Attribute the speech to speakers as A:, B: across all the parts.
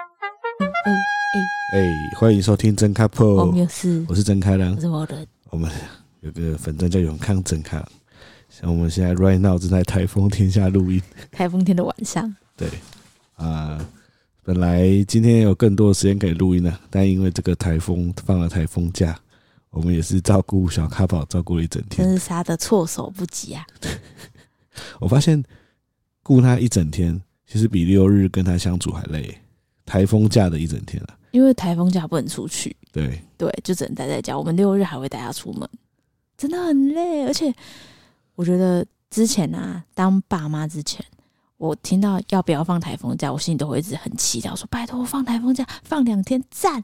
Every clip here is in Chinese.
A: 嗯，
B: 哎、欢迎收听真开
A: 我们
B: p
A: 有事，
B: 哦我是真开朗
A: 哦我，是我的，
B: 我们有个粉专叫永康真开朗，像我们现在 right now 正在台风天下录音
A: 台风天的晚上，
B: 啊、本来今天有更多的时间可以录音呢、但因为这个台风放了台风假，我们也是照顾小咖宝照顾了一整天
A: 真，是杀的措手不及啊！
B: 我发现顾他一整天，其实比六日跟他相处还累。台风假的一整天啊，
A: 因为台风假不能出去，
B: 对，
A: 对，就只能待在家。我们六日还会带他出门，真的很累。而且我觉得之前啊，当爸妈之前，我听到要不要放台风假，我心里都会一直很祈祷，说拜托放台风假，放两天赞。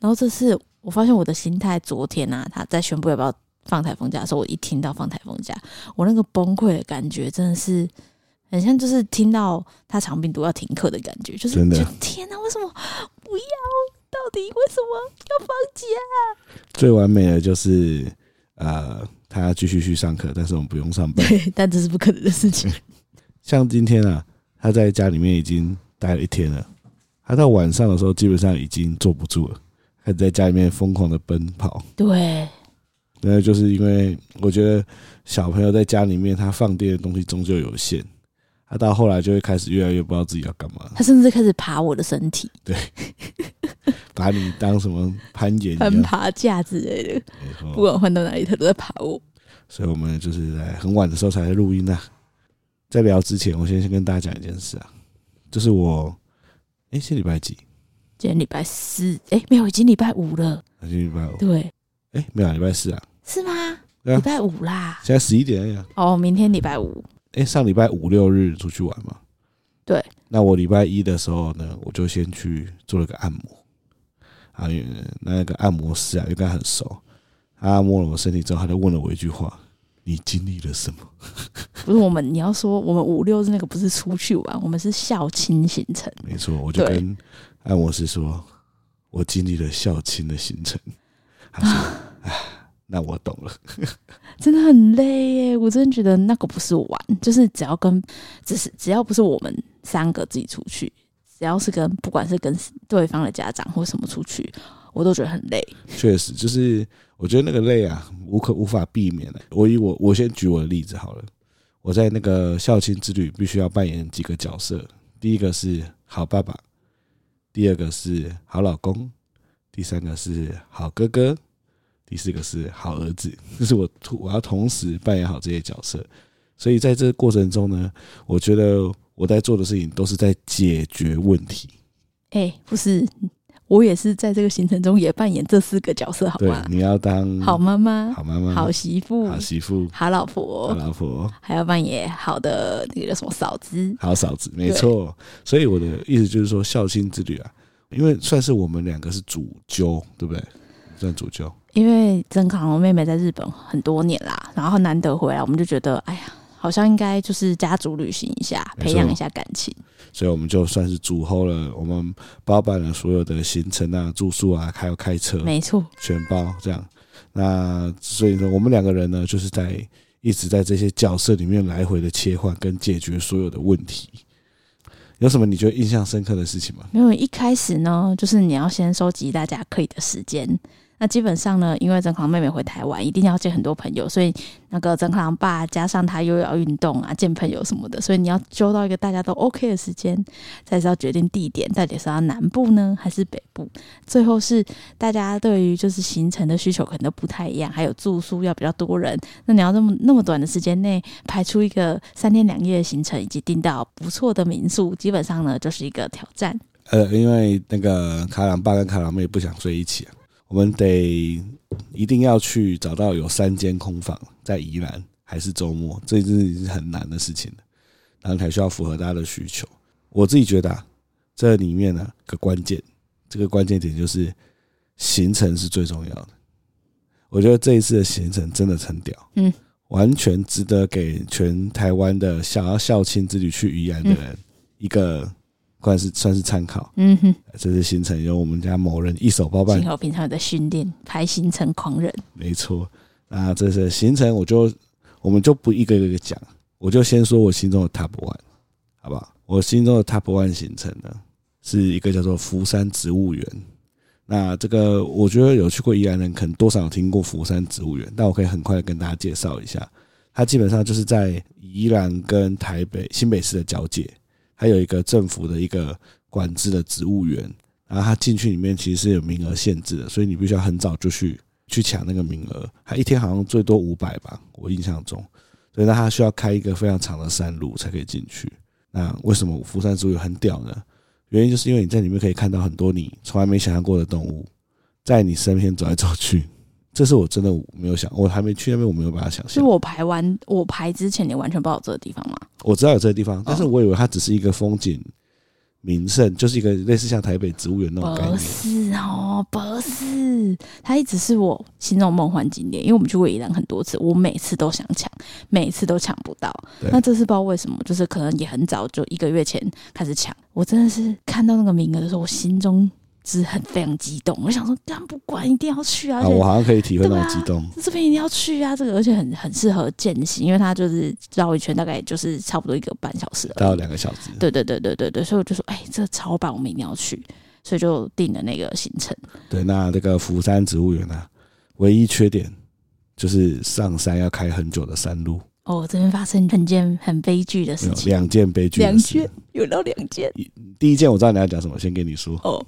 A: 然后这次我发现我的心态，昨天啊，他在宣布要不要放台风假的时候，我一听到放台风假，我那个崩溃的感觉真的是。很像就是听到他长病毒要停课的感觉，就是
B: 真的
A: 觉得天哪、为什么不要？到底为什么要放啊假？
B: 最完美的就是呃，他继续去上课，但是我们不用上班。
A: 对， 但这是不可能的事情。
B: 像今天啊，他在家里面已经待了一天了，他到晚上的时候基本上已经坐不住了，开始在家里面疯狂的奔跑。
A: 对，
B: 那就是因为我觉得小朋友在家里面他放电的东西终究有限，他到后来就会开始越来越不知道自己要干嘛，
A: 他甚至开始爬我的身体，
B: 把你当什么攀岩一样。
A: 攀爬架之类的，
B: 没错
A: 不管换到哪里，他都在爬我。
B: 所以我们就是在很晚的时候才来录音啊。在聊之前，我先先跟大家讲一件事啊，就是我，哎、是礼拜几？
A: 今天礼拜四，哎、没有，已经礼拜五了。
B: 还是礼拜五？
A: 对，
B: 哎、没有啊，礼拜四啊。
A: 是吗？
B: 对
A: 礼、
B: 啊
A: 拜五啦。
B: 现在十一点了呀。
A: 哦，明天礼拜五。
B: 哎、上礼拜五六日出去玩嘛。
A: 对。
B: 那我礼拜一的时候呢，我就先去做了个按摩。啊，因为那个按摩师啊，又跟他很熟，他摸了我身体之后，他就问了我一句话：“你经历了什么
A: 不是我们，你要说我们五六日那个不是出去玩，我们是校亲行程。？”
B: 没错，我就
A: 对
B: 跟按摩师说，我经历了校庆的行程。他说：“啊，那我懂了。
A: 真的很累耶！我真的觉得那个不是玩，就是只要跟，只是只要不是我们三个自己出去，只要是跟不管是跟对方的家长或什么出去，我都觉得很累。”
B: 确实，就是我觉得那个累啊，无可无法避免的、我以我我先举我的例子好了，我在那个校庆之旅必须要扮演几个角色，第一个是好爸爸，第二个是好老公，第三个是好哥哥，第四个是好儿子， 就是我我要同时扮演好这些角色。所以在这个过程中呢，我觉得我在做的事情都是在解决问题。
A: 哎、不是，我也是在这个行程中也扮演这四个角色，好
B: 对
A: 吗，？
B: 你要当
A: 好妈妈、
B: 好妈妈、
A: 好媳妇、
B: 好媳妇、
A: 好老
B: 好
A: 婆，
B: 老婆。
A: 还要扮演好的那个叫什么嫂子。
B: 好嫂子，没错。所以我的意思就是说，孝心之旅啊，因为算是我们两个是主纠，对不对？算主纠，
A: 因为曾康荣妹妹在日本很多年啦，然后难得回来，我们就觉得，哎呀，好像应该就是家族旅行一下，
B: 没错
A: 培养一下感情。
B: 所以我们就算是主后了。我们包办了所有的行程啊、住宿啊，还有开车，
A: 没错，
B: 全包这样。那所以呢，我们两个人呢，就是在一直在这些角色里面来回的切换，跟解决所有的问题。有什么你觉得印象深刻的事情吗？
A: 没有一开始呢，就是你要先收集大家可以的时间。那基本上呢，因为曾康妹妹回台湾，一定要见很多朋友，所以那个曾康爸加上他又要运动啊、见朋友什么的，所以你要揪到一个大家都 OK 的时间，再是要决定地点，到底是要南部呢还是北部？最后是大家对于就是行程的需求可能都不太一样，还有住宿要比较多人，那你要那么那么短的时间内排出一个三天两夜的行程，以及订到不错的民宿，基本上呢就是一个挑战。
B: 呃，因为那个卡朗爸跟卡朗妹不想睡一起、啊，我们得一定要去找到有三间空房在宜兰，还是周末，这真是很难的事情了。然后才需要符合大家的需求。我自己觉得、啊、这里面呢、个关键，这个关键点就是行程是最重要的。我觉得这一次的行程真的很屌，
A: 嗯，
B: 完全值得给全台湾的想要孝亲之旅去宜兰的人一个，算是算是参考。
A: 嗯哼，
B: 这次行程由我们家某人一手包办
A: 幸，好平常有在训练排行程狂人，
B: 没错。那这次行程我就我们就不一个一个讲，我就先说我心中的 Top One，好不好？我心中的 Top One 行程呢，是一个叫做福山植物园。那这个我觉得有去过宜兰人，可能多少有听过福山植物园，但我可以很快的跟大家介绍一下。它基本上就是在宜兰跟台北新北市的交界，还有一个政府的一个管制的植物园。然后它进去里面其实是有名额限制的，所以你必须要很早就去去抢那个名额。它一天好像最多五百吧，我印象中。所以那它需要开一个非常长的山路才可以进去。那为什么福山植物园很屌呢？原因就是因为你在里面可以看到很多你从来没想象过的动物，在你身边走来走去。这是我真的没有想，我还没去那边，我没有把它想
A: 是
B: 象。
A: 我排完我排之前，你完全不知道有这个地方吗？
B: 我知道有这个地
A: 哦
B: 方，但是我以为它只是一个风景名胜，就是一个类似像台北植物园那种概
A: 不
B: 念。
A: 是哦，不是，它一直是我心中的梦幻景点，因为我们去过宜兰很多次，我每次都想抢，每次都抢不到
B: 对。
A: 那这次不知道为什么，就是可能也很早，就一个月前开始抢。我真的是看到那个名额的时候，我心中是很非常激动，我想说，干不管一定要去啊！而
B: 啊，
A: 且
B: 我好像可以体会那
A: 对
B: 种
A: 啊
B: 激动。
A: 这边一定要去啊！这个而且很很适合健行，因为它就是绕一圈，大概就是差不多一个半小时而已
B: 到两个小时，
A: 对对对对对对，所以我就说，哎、这个超棒，我们一定要去，所以就定了那个行程。
B: 对，那这个福山植物园啊，唯一缺点就是上山要开很久的山路，
A: 哦，这边发生很件很悲剧的
B: 没
A: 事
B: 有
A: 情，
B: 两件悲剧的
A: 两
B: 事。
A: 件有到两件
B: 第一件我知道你要讲什么，先跟你说。
A: 哦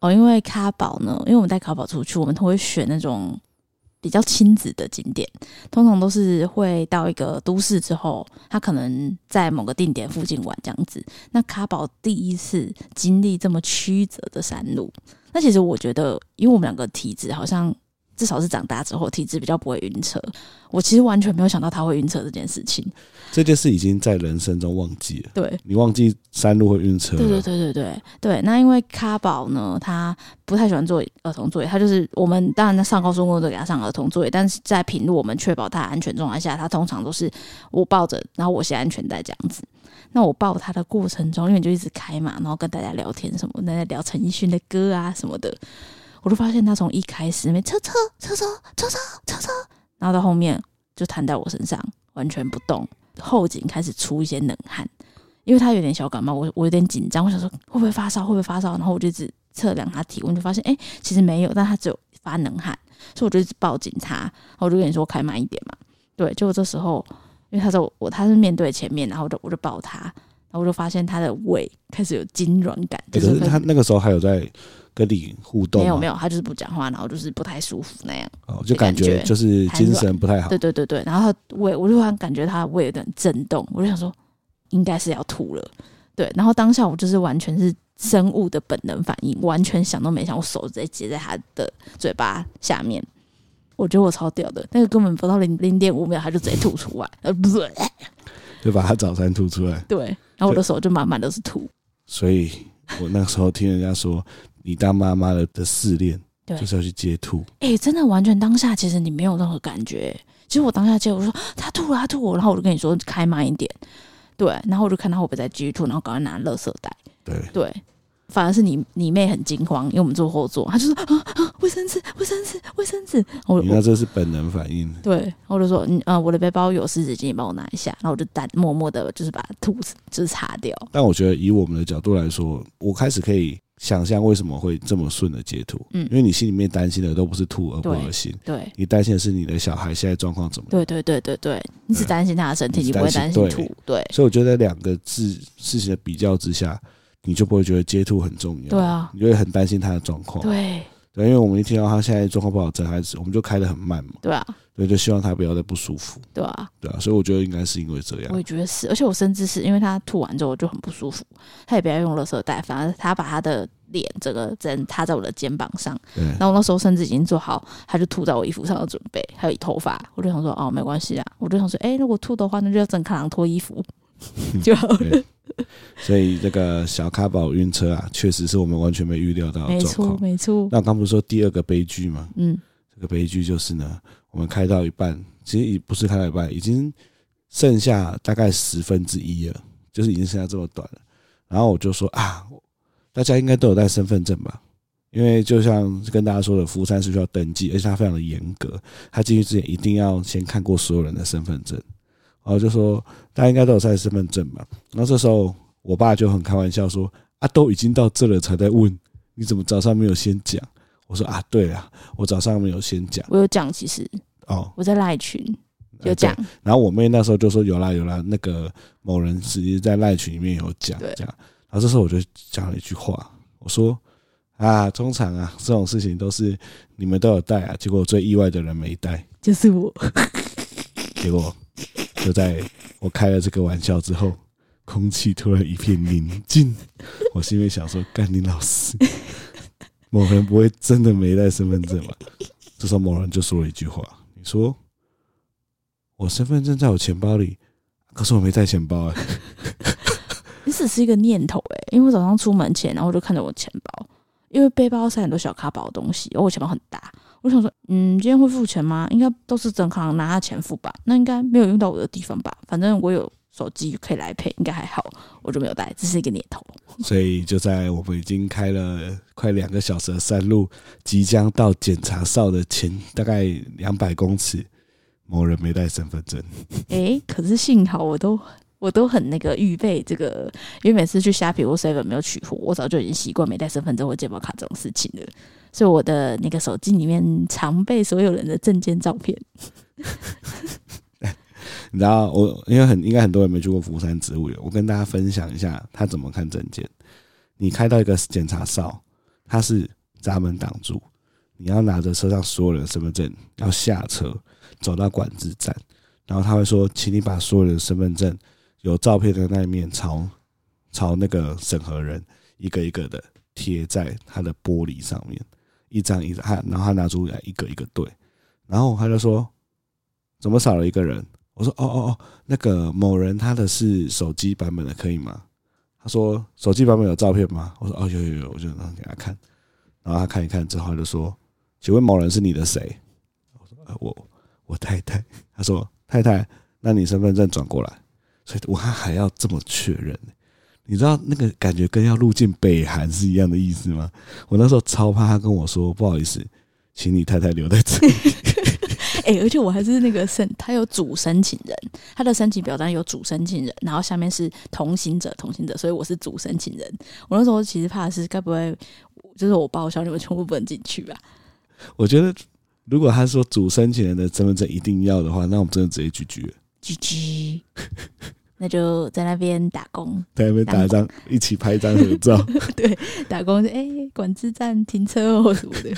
A: 哦，因为咖宝呢，因为我们带咖宝出去，我们都会选那种比较亲子的景点，通常都是会到一个都市之后，他可能在某个定点附近玩这样子。那卡宝第一次经历这么曲折的山路，那其实我觉得，因为我们两个体质好像。至少是长大之后体质比较不会晕车，我其实完全没有想到他会晕车这件事情。
B: 这件事已经在人生中忘记了，
A: 对，
B: 你忘记山路会晕车了。
A: 对对对对对对，那因为卡宝呢，他不太喜欢坐儿童座椅，他就是我们当然在上高速公路都给他上儿童座椅，但是在平路我们确保他安全状态下，他通常都是我抱着，然后我系安全带这样子。那我抱他的过程中，因为你就一直开嘛，然后跟大家聊天什么，大家聊陈奕迅的歌啊什么的，我就发现他从一开始没车车车车车车车车，然后到后面就瘫在我身上，完全不动，后颈开始出一些冷汗。因为他有点小感冒，我我有点紧张，我想说会不会发烧，会不会发烧，然后我就一直测量他体温，就发现哎、诶其实没有，但他只有发冷汗，所以我就一直抱紧他，然后我就跟你说开慢一点嘛，对，结果这时候因为他在我我他是面对前面，然后我就我就抱他，然后我就发现他的胃开始有痉挛感，就
B: 欸可是
A: 开始
B: 他啊那个时候还有在跟你互动、
A: 没
B: 吗？
A: 有没有，他就是不讲话，然后就是不太舒服那样。
B: 哦，就感觉就是精神不太好
A: 对。对对对，然后他胃，我就突然感觉他的胃有点震动，我就想说应该是要吐了。对，然后当下我就是完全是生物的本能反应，完全想都没想，我手直接接在他的嘴巴下面。我觉得我超屌的，那个根本不到零零点五秒，他就直接吐出来，呃，不对，
B: 就把他早餐吐出来。
A: 对，然后我的手就满满都是吐，
B: 所以我那时候听人家说，你当妈妈了的试炼，
A: 对
B: 就是要去接吐。
A: 哎、真的完全当下，其实你没有任何感觉。其实我当下接，我就说他吐了，他吐了，然后我就跟你说开慢一点，对，然后我就看他会不会再继续吐，然后赶快拿垃圾袋。
B: 对，
A: 对，反而是你你妹很惊慌，因为我们坐后座，她就说啊啊，卫生纸，卫生纸，卫生纸。我
B: 你那
A: 我
B: 这是本能反应。
A: 对，然后我就说，嗯呃，我的背包有湿纸巾，你帮我拿一下。然后我就单默默的，就是把吐就是擦掉。
B: 但我觉得以我们的角度来说，我开始可以想象为什么会这么顺的接吐，
A: 嗯
B: 因为你心里面担心的都不是吐而不恶心，
A: 对，
B: 你担心的是你的小孩现在状况怎么样。
A: 对对对对对，你只
B: 对
A: 担心他的身体，
B: 你只
A: 你不会
B: 担
A: 担
B: 心
A: 心
B: 对
A: 吐。对
B: 所以我觉得两个事事情的比较之下，你就不会觉得接吐很重要，
A: 对啊
B: 你就会很担心他的状况。
A: 对
B: 对，因为我们一听到他现在状况不好，这孩子我们就开得很慢嘛，
A: 对啊
B: 对，就希望他不要再不舒服，
A: 对啊，
B: 对啊，所以我觉得应该是因为这
A: 我
B: 样，
A: 也觉得是。而且我甚至是因为他吐完之后我就很不舒服，他也不要用垃圾袋，反而他把他的脸整个人塌在我的肩膀上。
B: 对，
A: 然后我那时候甚至已经做好，他就吐在我衣服上的准备，还有头发。我就想说，哦，没关系啦。我就想说，哎、如果吐的话，那就要整卡郎脱衣 服就好了。
B: 所以这个小咖宝晕车啊，确实是我们完全没预料到的
A: 没
B: 状
A: 错，
B: 况。
A: 没错。
B: 那我刚不是说第二个悲剧吗？
A: 嗯，
B: 这个悲剧就是呢，我们开到一半，其实已不是开到一半，已经剩下大概十分之一了，就是已经剩下这么短了。然后我就说啊，大家应该都有带身份证吧？因为就像跟大家说的，福山是需要登记，而且它非常的严格。他进去之前一定要先看过所有人的身份证。然后就说大家应该都有带身份证吧？然后这时候我爸就很开玩笑说：“啊，都已经到这了才在问，你怎么早上没有先讲？我说啊，对啊，我早上没有先讲
A: 我有讲，其实
B: 哦，
A: 我在赖群有
B: 啊
A: 讲，
B: 然后我妹那时候就说有啦有啦，那个某人直接在赖群里面有讲
A: 对
B: 这样。然后这时候我就讲了一句话，我说啊，通常啊这种事情都是你们都有带啊，结果最意外的人没带，
A: 就是 我。
B: 结果就在我开了这个玩笑之后，空气突然一片宁静。我心里面想说，干你老师，某人不会真的没带身份证吧？这时候某人就说了一句话：“你说我身份证在我钱包里，可是我没带钱包、欸。”
A: 你只是一个念头哎、因为我早上出门前，然后我就看着我钱包，因为背包塞很多小卡宝的东西，而我钱包很大，我想说，嗯，今天会付钱吗？应该都是正常拿他钱付吧，那应该没有用到我的地方吧，反正我有手机可以来配，应该还好，我就没有带，这是一个念头。
B: 所以就在我们已经开了快两个小时的山路，即将到检查哨的前大概两百公尺，某人没带身份证。
A: 诶、可是幸好我都我都很那个预备这个，因为每次去虾皮或 seven 没有取货，我早就已经习惯没带身份证或健保卡这种事情了，所以我的那个手机里面常备所有人的证件照片。
B: 你知道我，因为很应该很多人没去过福山植物园，我跟大家分享一下他怎么看证件。你开到一个检查哨，它是闸门挡住，你要拿着车上所有人的身份证，要下车走到管制站，然后他会说，请你把所有人的身份证有照片的那一面朝朝那个审核人一个一个的贴在他的玻璃上面，一张一张，他然后他拿出来一个一个对，然后他就说。怎么少了一个人？我说哦哦哦，那个某人他的是手机版本的，可以吗？他说手机版本有照片吗？我说哦有有有，我就拿给他看，然后他看一看之后他就说，请问某人是你的谁？我说、呃、我我太太。他说太太，那你身份证转过来。所以我还还要这么确认，你知道那个感觉跟要入境北韩是一样的意思吗？我那时候超怕他跟我说不好意思，请你太太留在这里。
A: 哎、而且我还是那个申，他有主申请人，他的申请表单有主申请人，然后下面是同行者，同行者，所以我是主申请人。我那时候其实怕的是，该不会就是我报销，你们全部不能进去吧？
B: 我觉得，如果他说主申请人的身份证一定要的话，那我们真的直接拒绝，
A: 居居，那就在那边打工，
B: 在那边打一张，一起拍一张 合照。
A: 打工就哎、管制站停车哦什么的。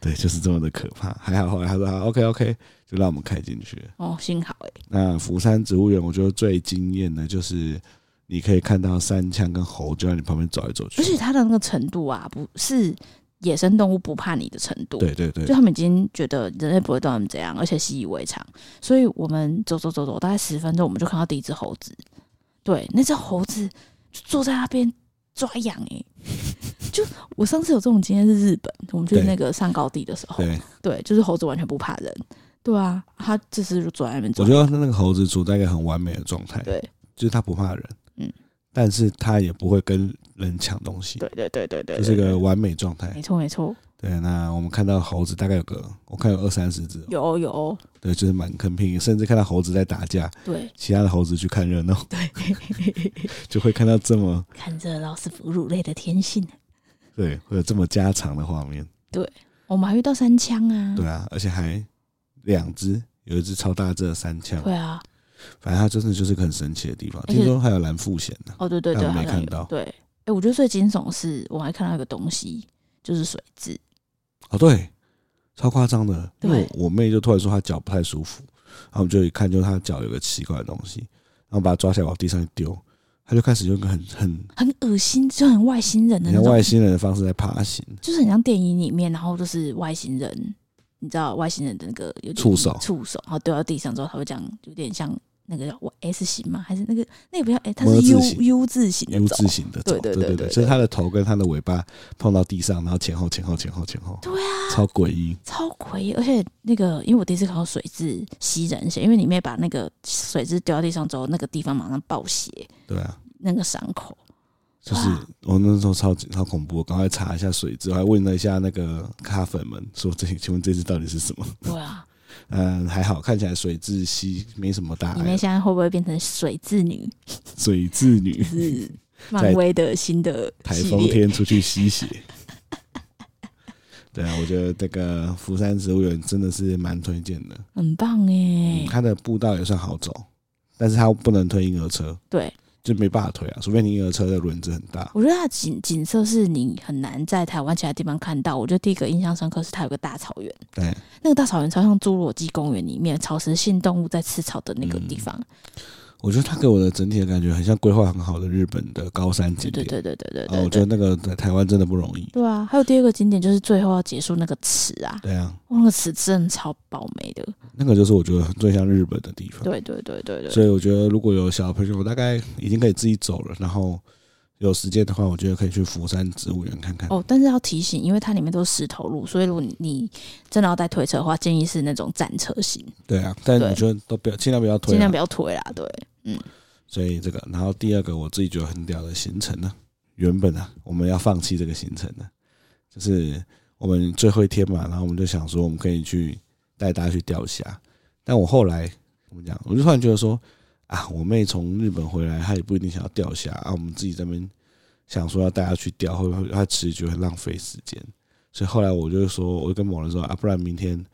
B: 对，就是这么的可怕。还好后来他说 OK OK，就让我们开进去了。
A: 哦，幸好哎、
B: 那福山植物园，我觉得最惊艳的就是你可以看到山羌跟猴就在你旁边走来走去
A: 而。且他的那个程度啊，不是野生动物不怕你的程度，
B: 对对对
A: 就，他们已经觉得人类不会对他们怎样，而且习以为常。所以我们走走走走，大概十分钟，我们就看到第一只猴子。对，那只猴子就坐在那边抓痒哎、 就我上次有这种经验是日本，我们去
B: 对
A: 那个上高地的时候，
B: 对，
A: 对，就是猴子完全不怕人。对啊，它这次就坐在那边抓
B: 我觉。得那个猴子处在一个很完美的状态，
A: 对
B: 就是它不怕人，
A: 嗯，
B: 但是它也不会跟人抢东西，
A: 对对对对对，
B: 这是一
A: 对
B: 个
A: 对
B: 完美状态
A: 没。错没错，
B: 对，那我们看到猴子大概有个，我看有二三十只哦，
A: 有有
B: 对，就是蛮坑拼，甚至看到猴子在打架，
A: 对，
B: 其他的猴子去看热闹， 对，就会看到这么
A: 看这老是哺乳类的天性。
B: 对，会有这么家常的画面，
A: 我们还遇到三枪啊，
B: 对啊，而且还两只，有一只超大只的三枪，
A: 对啊，
B: 反正它真的就是个很神奇的地方。
A: 而且
B: 听说还有蓝腹鹇呢，
A: 哦，对对对，
B: 但我没
A: 好像
B: 看
A: 有
B: 到
A: 对，哎、我觉得最惊悚的是我还看到一个东西，就是水蛭。
B: 哦对，超夸张的，因为
A: 对
B: 我我妹就突然说她脚不太舒服，然后我们就一看，就她脚有个奇怪的东西，然后把它抓起来往地上一丢，她就开始用一个很很
A: 很恶心，就很外星人的
B: 很
A: 那
B: 像外
A: 种，
B: 星人的方式在爬行。
A: 就是很像电影里面，然后就是外星人，你知道外星人的那个有点
B: 触手
A: 触手，然后丢到地上之后，他会这样，有点像那个叫我 S 型吗？还是那个那个不叫 S，它
B: 么
A: 是
B: 字
A: U
B: 形
A: U 字型的
B: U
A: 走
B: 字。形的走，
A: 对对
B: 对
A: 对对
B: 对，
A: 对
B: 就是它的头跟它的尾巴碰到地上，然后前后前后前后前后，
A: 对啊，
B: 超诡异。
A: 超魁，而且那个，因为我第一次看到水蛭吸人血，因为里面把那个水蛭丢到地上之后，那个地方马上爆血，
B: 对啊，
A: 那个伤口。
B: 就是
A: 哇
B: 我那时候超级超恐怖，赶快查一下水质，我还问了一下那个咖粉们，说这请问这只到底是什么？
A: 对啊，
B: 嗯，还好，看起来水质蜥没什么大
A: 你们
B: 碍，
A: 现在会不会变成水蛭女？
B: 水质女
A: 是漫威的新的
B: 台
A: 系
B: 风
A: 列，
B: 天出去吸血。对啊，我觉得这个福山植物园真的是蛮推荐的。
A: 很棒哎
B: 嗯，。它的步道也算好走，但是它不能推婴儿车，
A: 对，
B: 就没办法推啊，除非你婴儿车的轮子很大。
A: 我觉得它的景景色是你很难在台湾其他地方看到。我觉得第一个印象深刻是它有个大草原，
B: 对，
A: 那个大草原超像侏罗纪公园里面草食性动物在吃草的那个
B: 嗯
A: 地方。
B: 我觉得它给我的整体的感觉很像规划很好的日本的高山景
A: 对对
B: 点。
A: 对对对对
B: 啊，
A: 对
B: 我觉得那个在台湾真的不容易。
A: 对啊，还有第二个景点就是最后要结束那个池啊，
B: 对啊，
A: 哇，那个池真的超饱美的。
B: 那个就是我觉得最像日本的地方。
A: 对对对对对，
B: 所以我觉得如果有小朋友大概已经可以自己走了，然后有时间的话，我觉得可以去福山植物园看看。
A: 哦，但是要提醒，因为它里面都是石头路，所以如果你你真的要带推车的话，建议是那种战车型，
B: 对啊，但
A: 对
B: 我觉得都不要，尽量不要推
A: 尽量
B: 啊
A: 不。要推啦。对，
B: 所以这个，然后第二个我自己觉得很屌的行程呢，原本啊我们要放弃这个行程的，就是我们最后一天嘛，然后我们就想说我们可以去带大家去钓虾，但我后来怎么讲，我就突然觉得说啊，我妹从日本回来，她也不一定想要钓虾啊，我们自己这边想说要带她去钓，会不会她其实觉得很浪费时间，所以后来我就说，我就跟某人说啊，不然明天。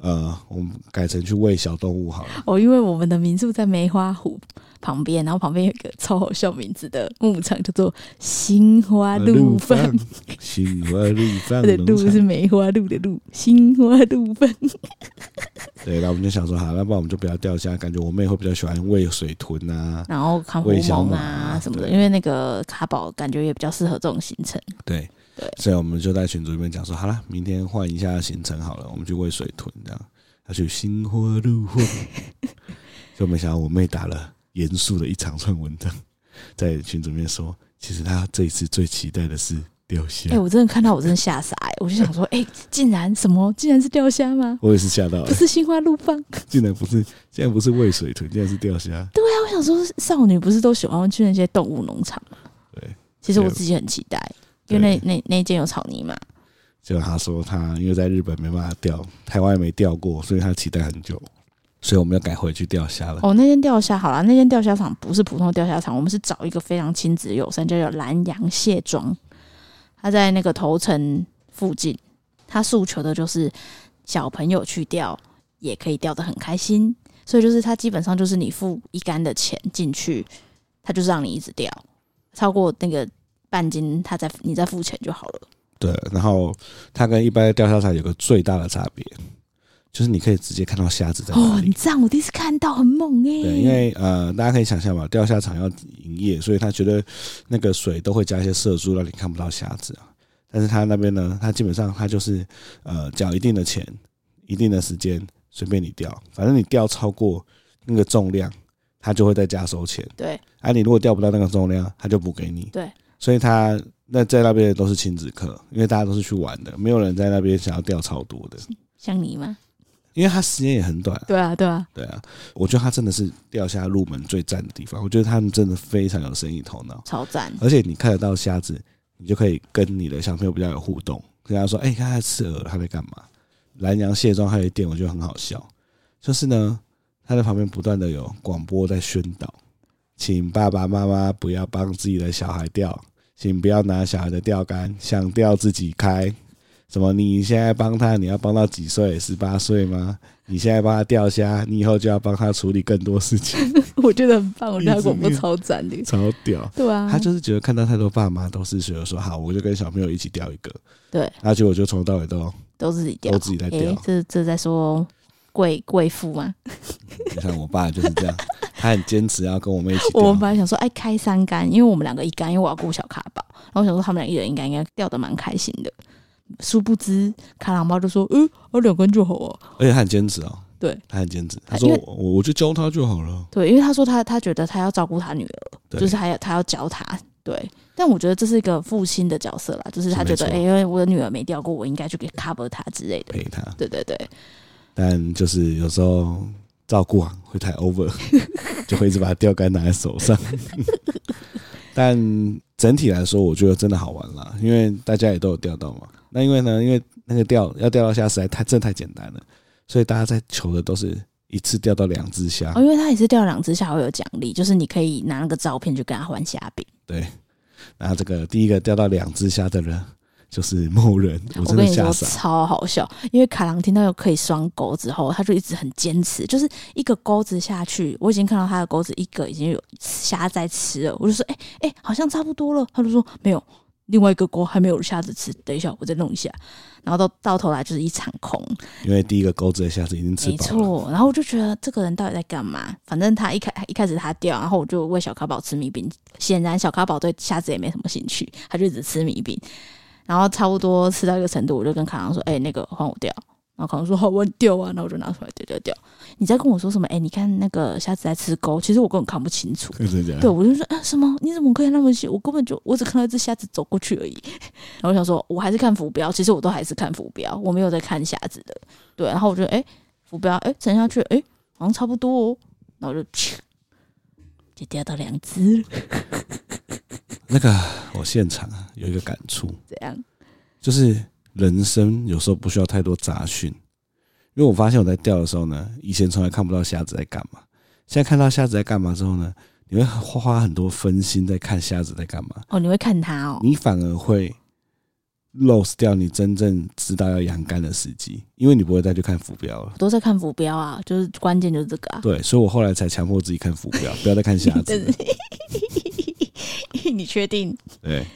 B: 呃，我们改成去喂小动物好了。
A: 哦，因为我们的民宿在梅花湖旁边，然后旁边有一个超好笑名字的牧场，叫做心花路
B: 放
A: 啊饭。，
B: 心花路 放
A: 它的
B: 农
A: 路
B: 场
A: 是梅花鹿的鹿，心花路 饭。
B: 对，然后我们就想说，好，那不然我们就不要钓虾，感觉我妹会比较喜欢喂水豚啊。
A: 然后看狐
B: 喂小
A: 獴
B: 马
A: 啊什么的，
B: 对
A: 因为那个卡宝感觉也比较适合这种行程。
B: 对，
A: 对
B: 所以我们就在群组里面讲说，好啦，明天换一下行程好了，我们去喂水豚这样，要去新花 路晃。就没想到我妹打了严肃的一长串文章，在群组里面说，其实她这一次最期待的是钓虾。
A: 哎、我真的看到我真的吓傻哎、我就想说，哎、竟然什么，竟然是钓虾吗？
B: 我也是吓到
A: 不
B: 了，
A: 是心花怒放。对
B: 竟然不是，竟然不是喂水豚，竟然是钓虾。
A: 啊，我想说，少女不是都喜欢去那些动物农场吗？
B: 对，
A: 其实我
B: 对
A: 自己很期待，
B: 对
A: 因为那那那一间有草泥马。
B: 就他说他因为在日本没办法钓，台湾也没钓过，所以他期待很久，所以我们要改回去钓虾了。
A: 哦，那间钓虾好啦，那间钓虾场不是普通的钓虾场，我们是找一个非常亲子友善，叫做南洋蟹庄，它在那个头城附近，它诉求的就是小朋友去钓也可以钓得很开心，所以就是它基本上就是你付一竿的钱进去，它就是让你一直钓，超过那个半斤，它再你再付钱就好了。
B: 对，然后它跟一般的钓虾场有个最大的差别，就是你可以直接看到虾子在
A: 哦，
B: 哪
A: 很
B: 里。
A: 赞，我第一次看到，很猛哎、
B: 对，因为呃，大家可以想象嘛，钓虾场要营业，所以他觉得那个水都会加一些色素，让你看不到虾子啊。但是他那边呢，他基本上他就是呃，缴一定的钱，一定的时间，随便你钓，反正你钓超过那个重量，他就会再加收钱。
A: 对
B: 啊，你如果钓不到那个重量，他就补给你。
A: 对，
B: 所以他那在那边都是亲子课，因为大家都是去玩的，没有人在那边想要钓超多的，
A: 像你吗？
B: 因为他时间也很短啊。
A: 对啊，对啊，
B: 对啊，我觉得他真的是钓虾入门最赞的地方。我觉得他们真的非常有生意头脑，
A: 超赞。
B: 而且你看得到虾子，你就可以跟你的小朋友比较有互动，跟他说：“哎、看他在吃饵，他在干嘛？”南洋卸妆还有一点，我觉得很好笑，就是呢，他在旁边不断的有广播在宣导，请爸爸妈妈不要帮自己的小孩钓，请不要拿小孩的钓竿，想钓自己开。什么？你现在帮他，你要帮到几岁？十八岁吗？你现在帮他钓虾，你以后就要帮他处理更多事情，
A: 我觉得很棒，我觉得他
B: 一直
A: 广播
B: 念
A: 超赞的。
B: 超屌。
A: 对啊，
B: 他就是觉得看到太多爸妈都是觉得说好，我就跟小朋友一起钓一个，
A: 对，
B: 那结果就从头到尾都
A: 都自己钓，
B: 都自己在
A: 诶
B: 钓，
A: 这这在说贵贵妇 吗？
B: 你像我爸就是 这样，他很坚持要跟我们一起
A: 我们
B: 钓，
A: 本来想说，哎，开三竿，因为我们两个一竿，因为我要顾小卡宝，然后我想说他们俩一人一竿，应该钓的蛮开心的。殊不知，卡朗包就说：“嗯，我两根就好哦、啊。
B: 而且他很坚持哦，
A: 对，
B: 他很坚持，他
A: 因
B: 说
A: 为
B: 我我就教他就好了”，
A: 对，因为他说他他觉得他要照顾他女儿，
B: 对，
A: 就是还要他要教他。对，但我觉得这是一个父亲的角色啦，就是他觉得，哎、
B: 没错
A: 因为我的女儿没钓过，我应该去给 cover 她之类的。
B: 陪他，
A: 对对
B: 啊
A: 对，
B: 但就是有时候照顾啊会太 over，就会一直把钓竿拿在手上。 但整体来说，我觉得真的好玩啦，因为大家也都有钓到嘛。那因为呢，因为那个钓要钓到虾实在太真的太简单了，所以大家在求的都是一次钓到两只虾
A: 哎哦，。因为他也是钓两只虾会有奖励，就是你可以拿那个照片去跟他换虾饼。
B: 对，那这个第一个钓到两只虾的人就是某人，我
A: 我
B: 真
A: 跟
B: 的
A: 你
B: 吓
A: 说
B: 傻。
A: 超好笑，因为卡郎听到有可以双钩之后，他就一直很坚持，就是一个钩子下去，我已经看到他的钩子一个已经有虾在吃了，我就说哎哎、欸好像差不多了，他就说没有，另外一个钩还没有虾子吃，等一下我再弄一下，然后到到头来就是一场空，
B: 因为第一个钩子的虾子已经吃
A: 没
B: 饱了，
A: 错，然后我就觉得这个人到底在干嘛？反正他一开一开始他钓，然后我就喂小咖宝吃米饼。显然小咖宝对虾子也没什么兴趣，他就只吃米饼。然后差不多吃到一个程度，我就跟卡郎说：“哎、那个换我钓。”然后卡郎说：“好，我钓啊。”然后我就拿出来钓钓钓。你在跟我说什么？哎、你看那个虾子在吃钩，其实我根本看不清楚。
B: 真的假
A: 对，
B: 的？
A: 我就说啊，什么？你怎么看那么细？我根本就我只看到一只虾子走过去而已。然后我想说，我还是看浮标，其实我都还是看浮标，我没有在看虾子的。对，然后我就哎、浮标哎、沉下去哎、好像差不多哦。然后我就咻就钓到两只了，
B: 那个我现场啊有一个感触，
A: 这样
B: 就是人生有时候不需要太多杂讯，因为我发现我在钓的时候呢，以前从来看不到虾子在干嘛，现在看到虾子在干嘛之后呢，你会花花很多分心在看虾子在干嘛，
A: 哦，你会看它哦，
B: 你反而会 lose 掉你真正知道要养竿的时机，因为你不会再去看浮标了
A: 我。都在看浮标啊，就是关键就是这个啊。
B: 对，所以我后来才强迫自己看浮 标，不要再看虾子 了。
A: 你确定？
B: 对，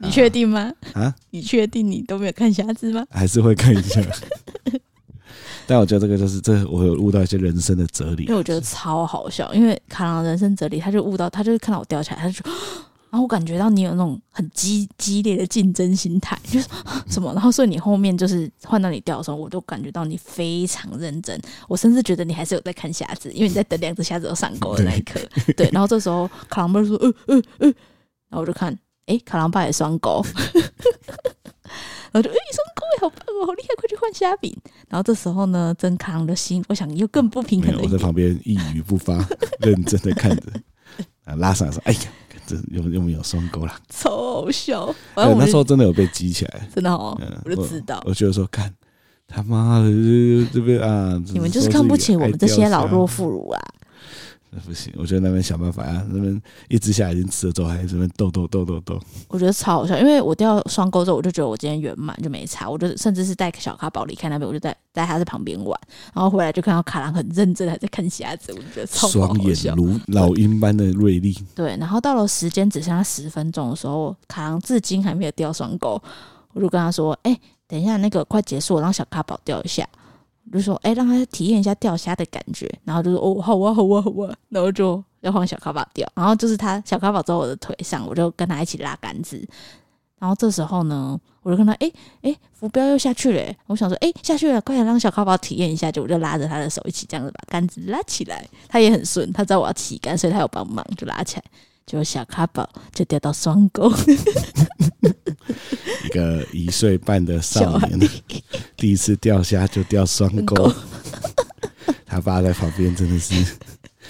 A: 你确定吗？
B: 啊，
A: 你确定你都没有看虾子吗？
B: 还是会看一下。 但我觉得这个就是这，我有悟到一些人生的哲理
A: 因为。我觉得超好笑，因为卡郎的人生哲理，他就悟到，他就是看到我掉下来，他就说。 然后我感觉到你有那种很激激烈的竞争心态， 就是啊什么，然后所以你后面就是换到你掉的时候，我就感觉到你非常认真，我甚至觉得你还是有在看虾子，因为你在等两只虾子都上钩的那一 刻，对。然后这时候卡郎爸就说，呃呃呃，然后我就看，诶，卡郎爸也双钩， 然后就诶，双钩也好棒哦，好厉害，快去换虾饼。然后这时候呢，真卡郎的心，我想又更不平
B: 没
A: 衡
B: 有，
A: 了
B: 我
A: 一
B: 在
A: 点。
B: 旁边一语不 发，认真的看着。啊，拉上来说：“哎呀，这又又没有双 钩啦。
A: 超好笑。
B: 对
A: 反哎正我
B: 那时
A: 就
B: 候真的有被激起来，
A: 真的哦
B: 嗯，
A: 我就知道
B: 我觉得说，看他妈的这这边 啊，
A: 你们就是看不起我们这些老弱
B: 弱。
A: 妇孺啊！
B: 那不行，我觉得那边想办法啊，那边一只虾已经吃了之后，还在那边斗斗斗斗斗，
A: 我觉得超好笑，因为我掉双钩之后，我就觉得我今天圆满就没差，我就甚至是带小咖宝离开那边，我就带带他在旁边玩，然后回来就看到卡郎很认真的在看瞎子，我就觉得超
B: 双
A: 好
B: 眼
A: 笑。
B: 如老鹰般的锐利。
A: 对，然后到了时间只剩下十分钟的时候，卡郎至今还没有掉双钩，我就跟他说：“哎、等一下那个快结束了，让小咖宝掉一下。”我就说：“哎、让他体验一下钓虾的感觉。”然后就说：“哦，好啊，好啊，好啊。”然后就要换小咖宝钓，然后就是他小咖宝在我的腿上，我就跟他一起拉杆子。然后这时候呢，我就看到，哎、哎、浮标又下去了、哎我想说，哎、下去了，快点让小咖宝体验一下。就我就拉着他的手一起这样子把杆子拉起来，他也很顺，他知道我要起杆，所以他有帮忙就拉起来。结果小咖宝就掉到双钩，
B: 一个一岁半的少年， 第一次钓虾就钓双钩
A: 钩，
B: 他爸在旁边真的是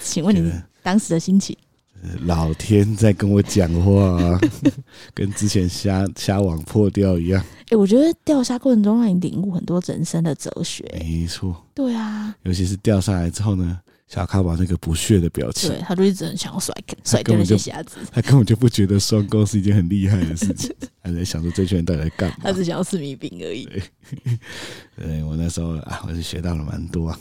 A: 请问
B: 觉
A: 你
B: 得
A: 当时的心情？
B: 老天在跟我讲话、啊， 跟之前虾虾网破掉一样。
A: 哎、我觉得钓虾过程中让你领悟很多人生的哲学。
B: 没错，
A: 对啊，
B: 尤其是钓上来之后呢，小咖宝那个不屑的表情
A: 对，，他就一直很想要甩甩
B: 根
A: 掉
B: 本
A: 那
B: 就
A: 些虾子，
B: 他根本就不觉得双钩是一件很厉害的 事情，他在想说这群人到底在干嘛
A: 他？只想要吃米饼而已。
B: 对我那时候啊，我是学到了蛮多啊，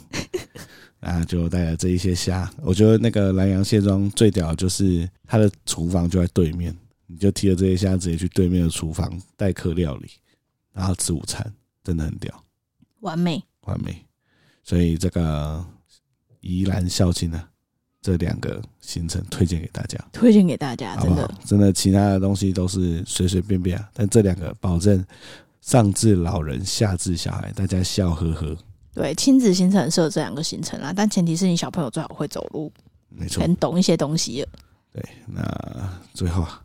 B: 啊，就带了这一些虾。我觉得那个南洋蟹庄最屌的就是它的厨房就在对面，你就提着这些虾直接去对面的厨房代客料理，然后吃午餐，真的很屌，
A: 完美，
B: 完美。所以这个宜兰孝庆呢、这两个行程推荐给大家，
A: 推荐给大家，
B: 好不
A: 啊真
B: 好
A: 的？
B: 真的，其他的东西都是随随便便啊，但这两个保证上至老人，下至小孩，大家笑呵呵。
A: 对亲子行程很适合这两个行程啦，但前提是你小朋友最好会走路，
B: 没错，
A: 很懂一些东西了。
B: 那最后啊，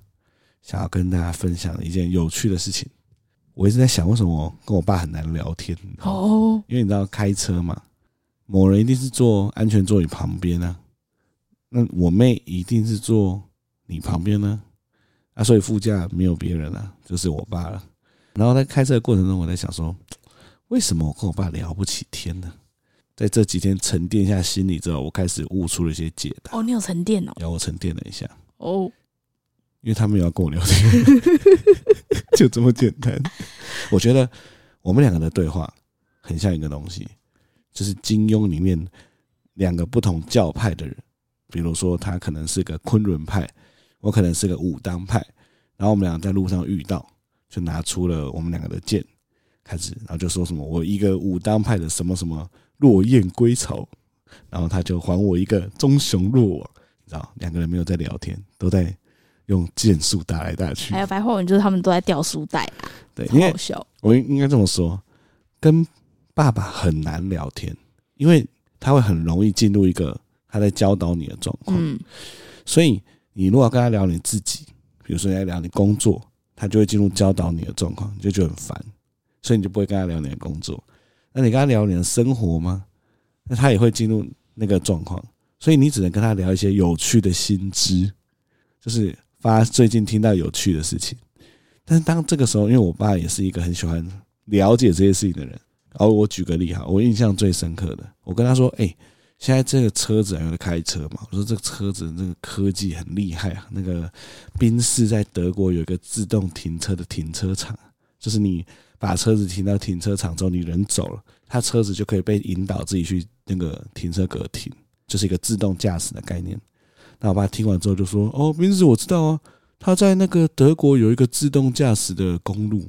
B: 想要跟大家分享一件有趣的事情。我一直在想，为什么跟我爸很难聊天？哦，
A: 哦，
B: 因为你知道开车嘛，某人一定是坐安全座椅旁边啊，那我妹一定是坐你旁边呢、啊，所以副驾没有别人啊，就是我爸了。然后在开车的过程中，我在想说，为什么我跟我爸聊不起天呢？在这几天沉淀下心理之后，我开始悟出了一些解答，
A: 哦，你有沉淀哦，
B: 然后我沉淀了一下。
A: 哦，
B: 因为他们也要跟我聊天， 就这么简单。我觉得我们两个的对话很像一个东西，就是金庸里面两个不同教派的人，比如说他可能是个昆仑派，我可能是个武当派，然后我们俩在路上遇到，就拿出了我们两个的剑，开始，然后就说什么我一个武当派的什么什么落雁归巢，然后他就还我一个棕熊落网，你知道，两个人没有在聊天，都在用剑术打来打去
A: 还。有白话文，就是他们都在掉书袋啊，
B: 对，因
A: 超
B: 为
A: 好笑。
B: 我应该这么说，跟爸爸很难聊天，因为他会很容易进入一个他在教导你的状况。
A: 嗯，
B: 所以你如果要跟他聊你自己，比如说你在聊你工作，他就会进入教导你的状况，你就觉得很烦，所以你就不会跟他聊你的工作。那你跟他聊你的生活吗？那他也会进入那个状况，所以你只能跟他聊一些有趣的新知，就是发最近听到有趣的事情。但是当这个时候，因为我爸也是一个很喜欢了解这些事情的人，然后我举个例哈，我印象最深刻的，我跟他说：“哎、现在这个车子啊有的开车嘛，我说这个车子那个科技很厉害啊。那个宾士在德国有一个自动停车的停车场，就是你把车子停到停车场之后，你人走了，它车子就可以被引导自己去那个停车格停，就是一个自动驾驶的概念。那我爸听完之后就说：“哦，宾士我知道啊，他在那个德国有一个自动驾驶的公路。”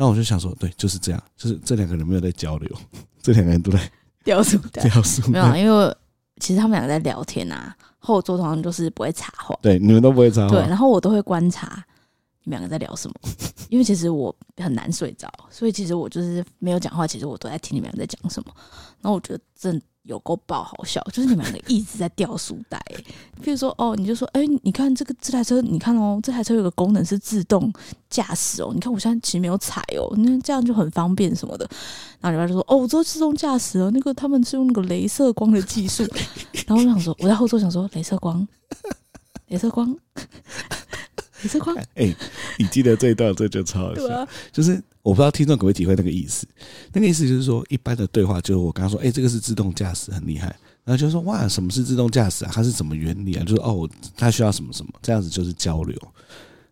B: 那我就想说，对，就是这样，就是这两个人没有在交流， 这两个人都在
A: 掉书袋
B: 掉书 袋
A: 没有啊，因为其实他们两个在聊天啊，后座通常就是不会插话，
B: 对，你们都不会插话。
A: 对，然后我都会观察你们两个在聊什么，因为其实我很难睡着，所以其实我就是没有讲话，其实我都在听你们两个在讲什么。然后我觉得真的有够爆好笑，就是你们两个一直在掉书袋、欸。譬如说，哦，你就说，哎、你看这个这台车，你看哦，这台车有个功能是自动驾驶哦，你看我现在其实没有踩哦，那这样就很方便什么的。然后你爸就说，哦，我做自动驾驶哦，那个他们是用那个镭射光的技术。然后我想说，我在后座想说，镭射光，镭射光， 镭射光，
B: 哎、你记得这一段，这就超好笑。
A: 对啊，
B: 就是我不知道听众可不可以体会那个意思。那个意思就是说，一般的对话就是我刚刚说，哎、这个是自动驾驶，很厉害。然后就说，哇，什么是自动驾驶啊？它是什么原理啊？就是哦，我它需要什么什么，这样子就是交流。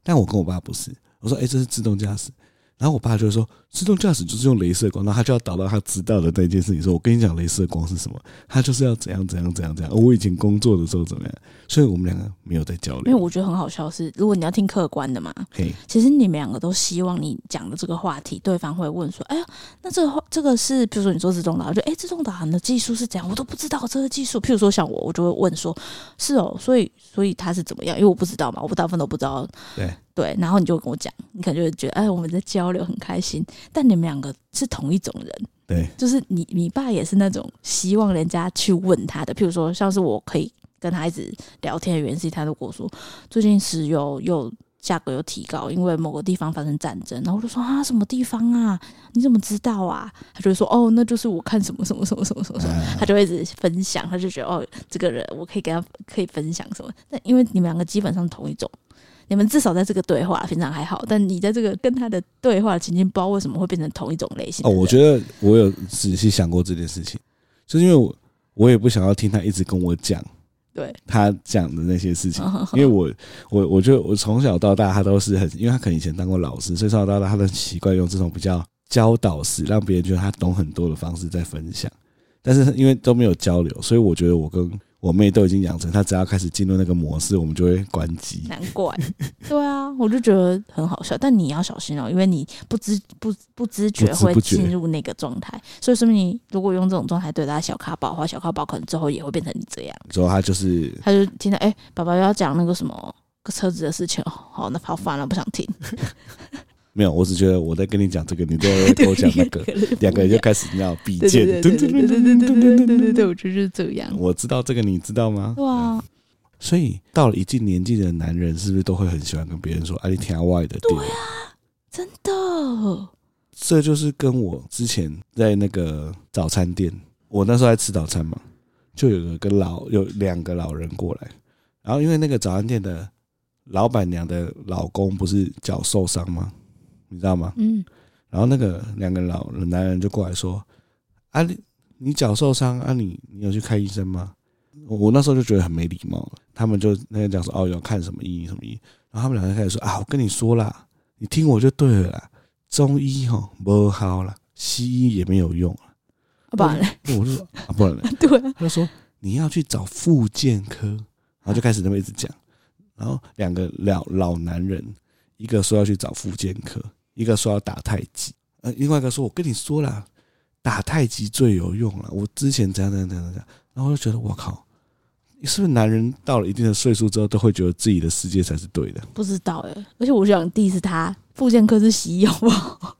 B: 但我跟我爸不是，我说，哎、这是自动驾驶。然后我爸就会说，自动驾驶就是用镭射光，那他就要导到他知道的那件事情。说，我跟你讲，镭射光是什么？他就是要怎样怎样怎样怎样。哦我以前工作的时候怎么样？所以我们两个没有在交
A: 因为
B: 流。
A: 我觉得很好笑的是，如果你要听客观的嘛，
B: 嘿，
A: 其实你们两个都希望你讲的这个话题，对方会问说：“哎呀，那这个话这个是，比如说你做自动导航，就哎，自动导航的技术是怎样？我都不知道这个技术。譬如说像我，我就会问说：是哦，所以所以它是怎么样？因为我不知道嘛，我大部分都不知道。
B: 对
A: 对，然后你就跟我讲，你可能就会觉得哎，我们在交流很开心。但你们两个是同一种人，
B: 对，
A: 就是你你爸也是那种希望人家去问他的，譬如说像是我可以跟他一直聊天的原因是，他如果说最近石油又价格又提高，因为某个地方发生战争，然后我就说啊什么地方啊，你怎么知道啊？他就会说哦，那就是我看什么什么什么什么什么什么，
B: 啊
A: 他就会一直分享，他就觉得哦，这个人我可以跟他可以分享什么。但因为你们两个基本上同一种，你们至少在这个对话平常还好，但你在这个跟他的对话情境，不知道为什么会变成同一种类型的
B: 哦，
A: 人。
B: 我觉得我有仔细想过这件事情，就是因为我我也不想要听他一直跟我讲
A: 对，
B: 他讲的那些事
A: 哦
B: 情，因为我我我觉得我从小到大他都是很，因为他可能以前当过老师，所以从小到大他都习惯用这种比较教导式，让别人觉得他懂很多的方式在分享。但是因为都没有交流，所以我觉得我跟我妹都已经养成，她只要开始进入那个模式，我们就会关机。
A: 难怪，对啊，我就觉得很好笑，但你要小心哦、因为你不知不不知觉
B: 不知
A: 会
B: 不觉
A: 进入那个状态，所以说明你如果用这种状态对他小咖宝的话，小咖宝可能之后也会变成你这样，
B: 之后她就是
A: 他就听到哎、爸爸要讲那个什么车子的事情哦，好，那好烦了，不想听，，
B: 没有，我只觉得我在跟你讲这个，你都在跟我讲那个
A: 对
B: 两个人就开始要比
A: 对
B: 剑，
A: 对对对对对对对对对对对对，我觉得就是这样，
B: 我知道这个，你知道吗？
A: 对啊，
B: 所以到了一定年纪的男人，是不是都会很喜欢跟别人说“啊，你听外的”？
A: 对啊，真的，
B: 这就是跟我之前在那个早餐店，我那时候在吃早餐嘛，就有个跟老有两个老人过来，然后因为那个早餐店的老板娘的老公不是脚受伤吗？你知道吗？
A: 嗯，
B: 然后那个两个老男人就过来说：“啊，你你脚受伤啊你，你有去看医生吗？我我那时候就觉得很没礼貌了。他们就那天讲说哦要看什么医什么医，然后他们两个开始说啊，我跟你说啦，你听我就对了啦，中医哈不好啦，西医也没有用啊。
A: 不然嘞，
B: 我就说啊，不然嘞，
A: 对啊，
B: 他就说你要去找复健科，然后就开始那边一直讲，然后两个老老男人，一个说要去找复健科，一个说要打太极，呃，另外一个说我跟你说啦，打太极最有用了，我之前怎样怎样怎样怎样，然后我就觉得我靠，是不是男人到了一定的岁数之后，都会觉得自己的世界才是对的？
A: 不知道哎、而且我想 diss 他，妇健科是西医好不好？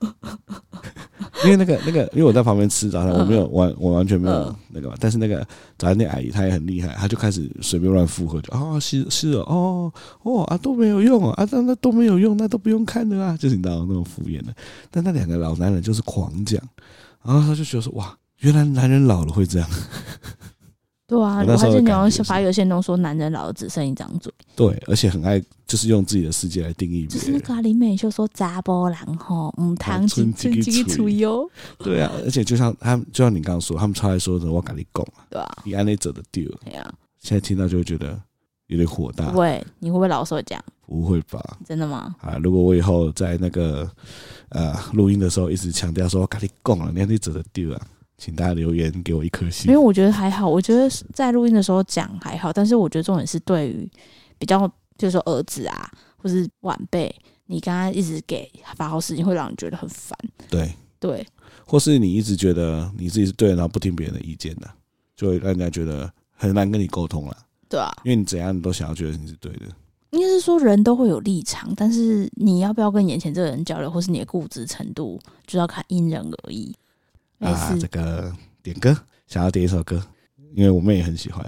B: 因为那个那个，因为我在旁边吃早餐，
A: 嗯
B: 我没有完，我完全没有
A: 嗯
B: 那个嘛。但是那个早餐店阿姨她也很厉害，她就开始随便乱附和，就啊、是是哦哦哦啊都没有用哦啊那那都没有用，那都不用看的啊，就是你知道那种敷衍的。但那两个老男人就是狂讲，然后他就觉得说哇，原来男人老了会这样。
A: 对啊，
B: 我那
A: 我
B: 时
A: 还
B: 候
A: 是
B: 的
A: 你
B: 感
A: 要
B: 觉是
A: 发有些人都说男人老了只剩一张嘴，
B: 对，而且很爱就是用自己的世界来定义
A: 就
B: 别
A: 是那
B: 人。
A: 个啊林美秀说查波人吼，嗯，
B: 还
A: 糖几
B: 啊剩
A: 几
B: 几
A: 几
B: 嘴
A: 出哟，
B: 对啊，而且就像他们，就像你刚刚说，他们超爱说的，我跟你讲啊，
A: 对啊，
B: 你按那走的丢，
A: 哎呀、
B: 现在听到就会觉得有点火大。
A: 喂，你会不会老说讲？
B: 不会吧？
A: 真的吗？
B: 啊，如果我以后在那个呃录音的时候一直强调说，我跟你讲了，你看你走的丢啊，请大家留言给我一颗
A: 因
B: 星
A: 为。我觉得还好，我觉得在录音的时候讲还好，但是我觉得重点是对于比较，就是说儿子啊，或是晚辈，你刚刚一直给发号施令，会让你觉得很烦。
B: 对，
A: 对，
B: 或是你一直觉得你自己是对的，然后不听别人的意见的、就会让人家觉得很难跟你沟通了。
A: 对啊，
B: 因为你怎样你都想要觉得你是对的，
A: 应该是说人都会有立场，但是你要不要跟眼前这个人交流，或是你的固执程度，就要看因人而异。哎没
B: 啊，
A: 事
B: 这，个点歌想要点一首歌，因为我妹也很喜欢，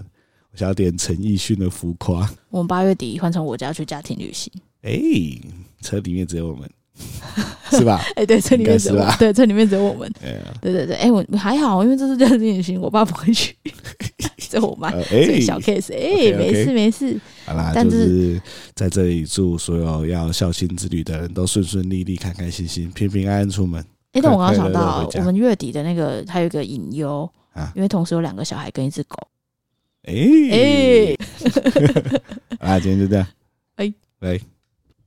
B: 我想要点陈奕迅的《浮夸》。
A: 我们八月底换成我家去家庭旅 行。
B: 哎、车里面只有 我们，是吧？
A: 哎、对，这里面
B: 应该
A: 只
B: 是
A: 有我
B: 啊
A: 们
B: 吧，
A: 对，这里面只有我们。
B: 哎呀、
A: 对对对，哎、我还好，因为这是家庭旅行，我爸不会 去，这我妈
B: 呃，哎、
A: 这啊小 case，哎、
B: OK，OK
A: 没事没事，
B: 好啦，
A: 但
B: 就是是在这里祝所有要孝心之旅的人都顺顺利利、开开心心、平平安安出门。
A: 哎、但我刚刚
B: 快
A: 想
B: 快乐乐
A: 到
B: 回，家
A: 我们月底的那个还有一个隐忧
B: 啊
A: 因为同时有两个小孩跟一只狗。
B: 哎、
A: 哎、
B: 好啦，今天就这样，
A: 哎
B: 拜。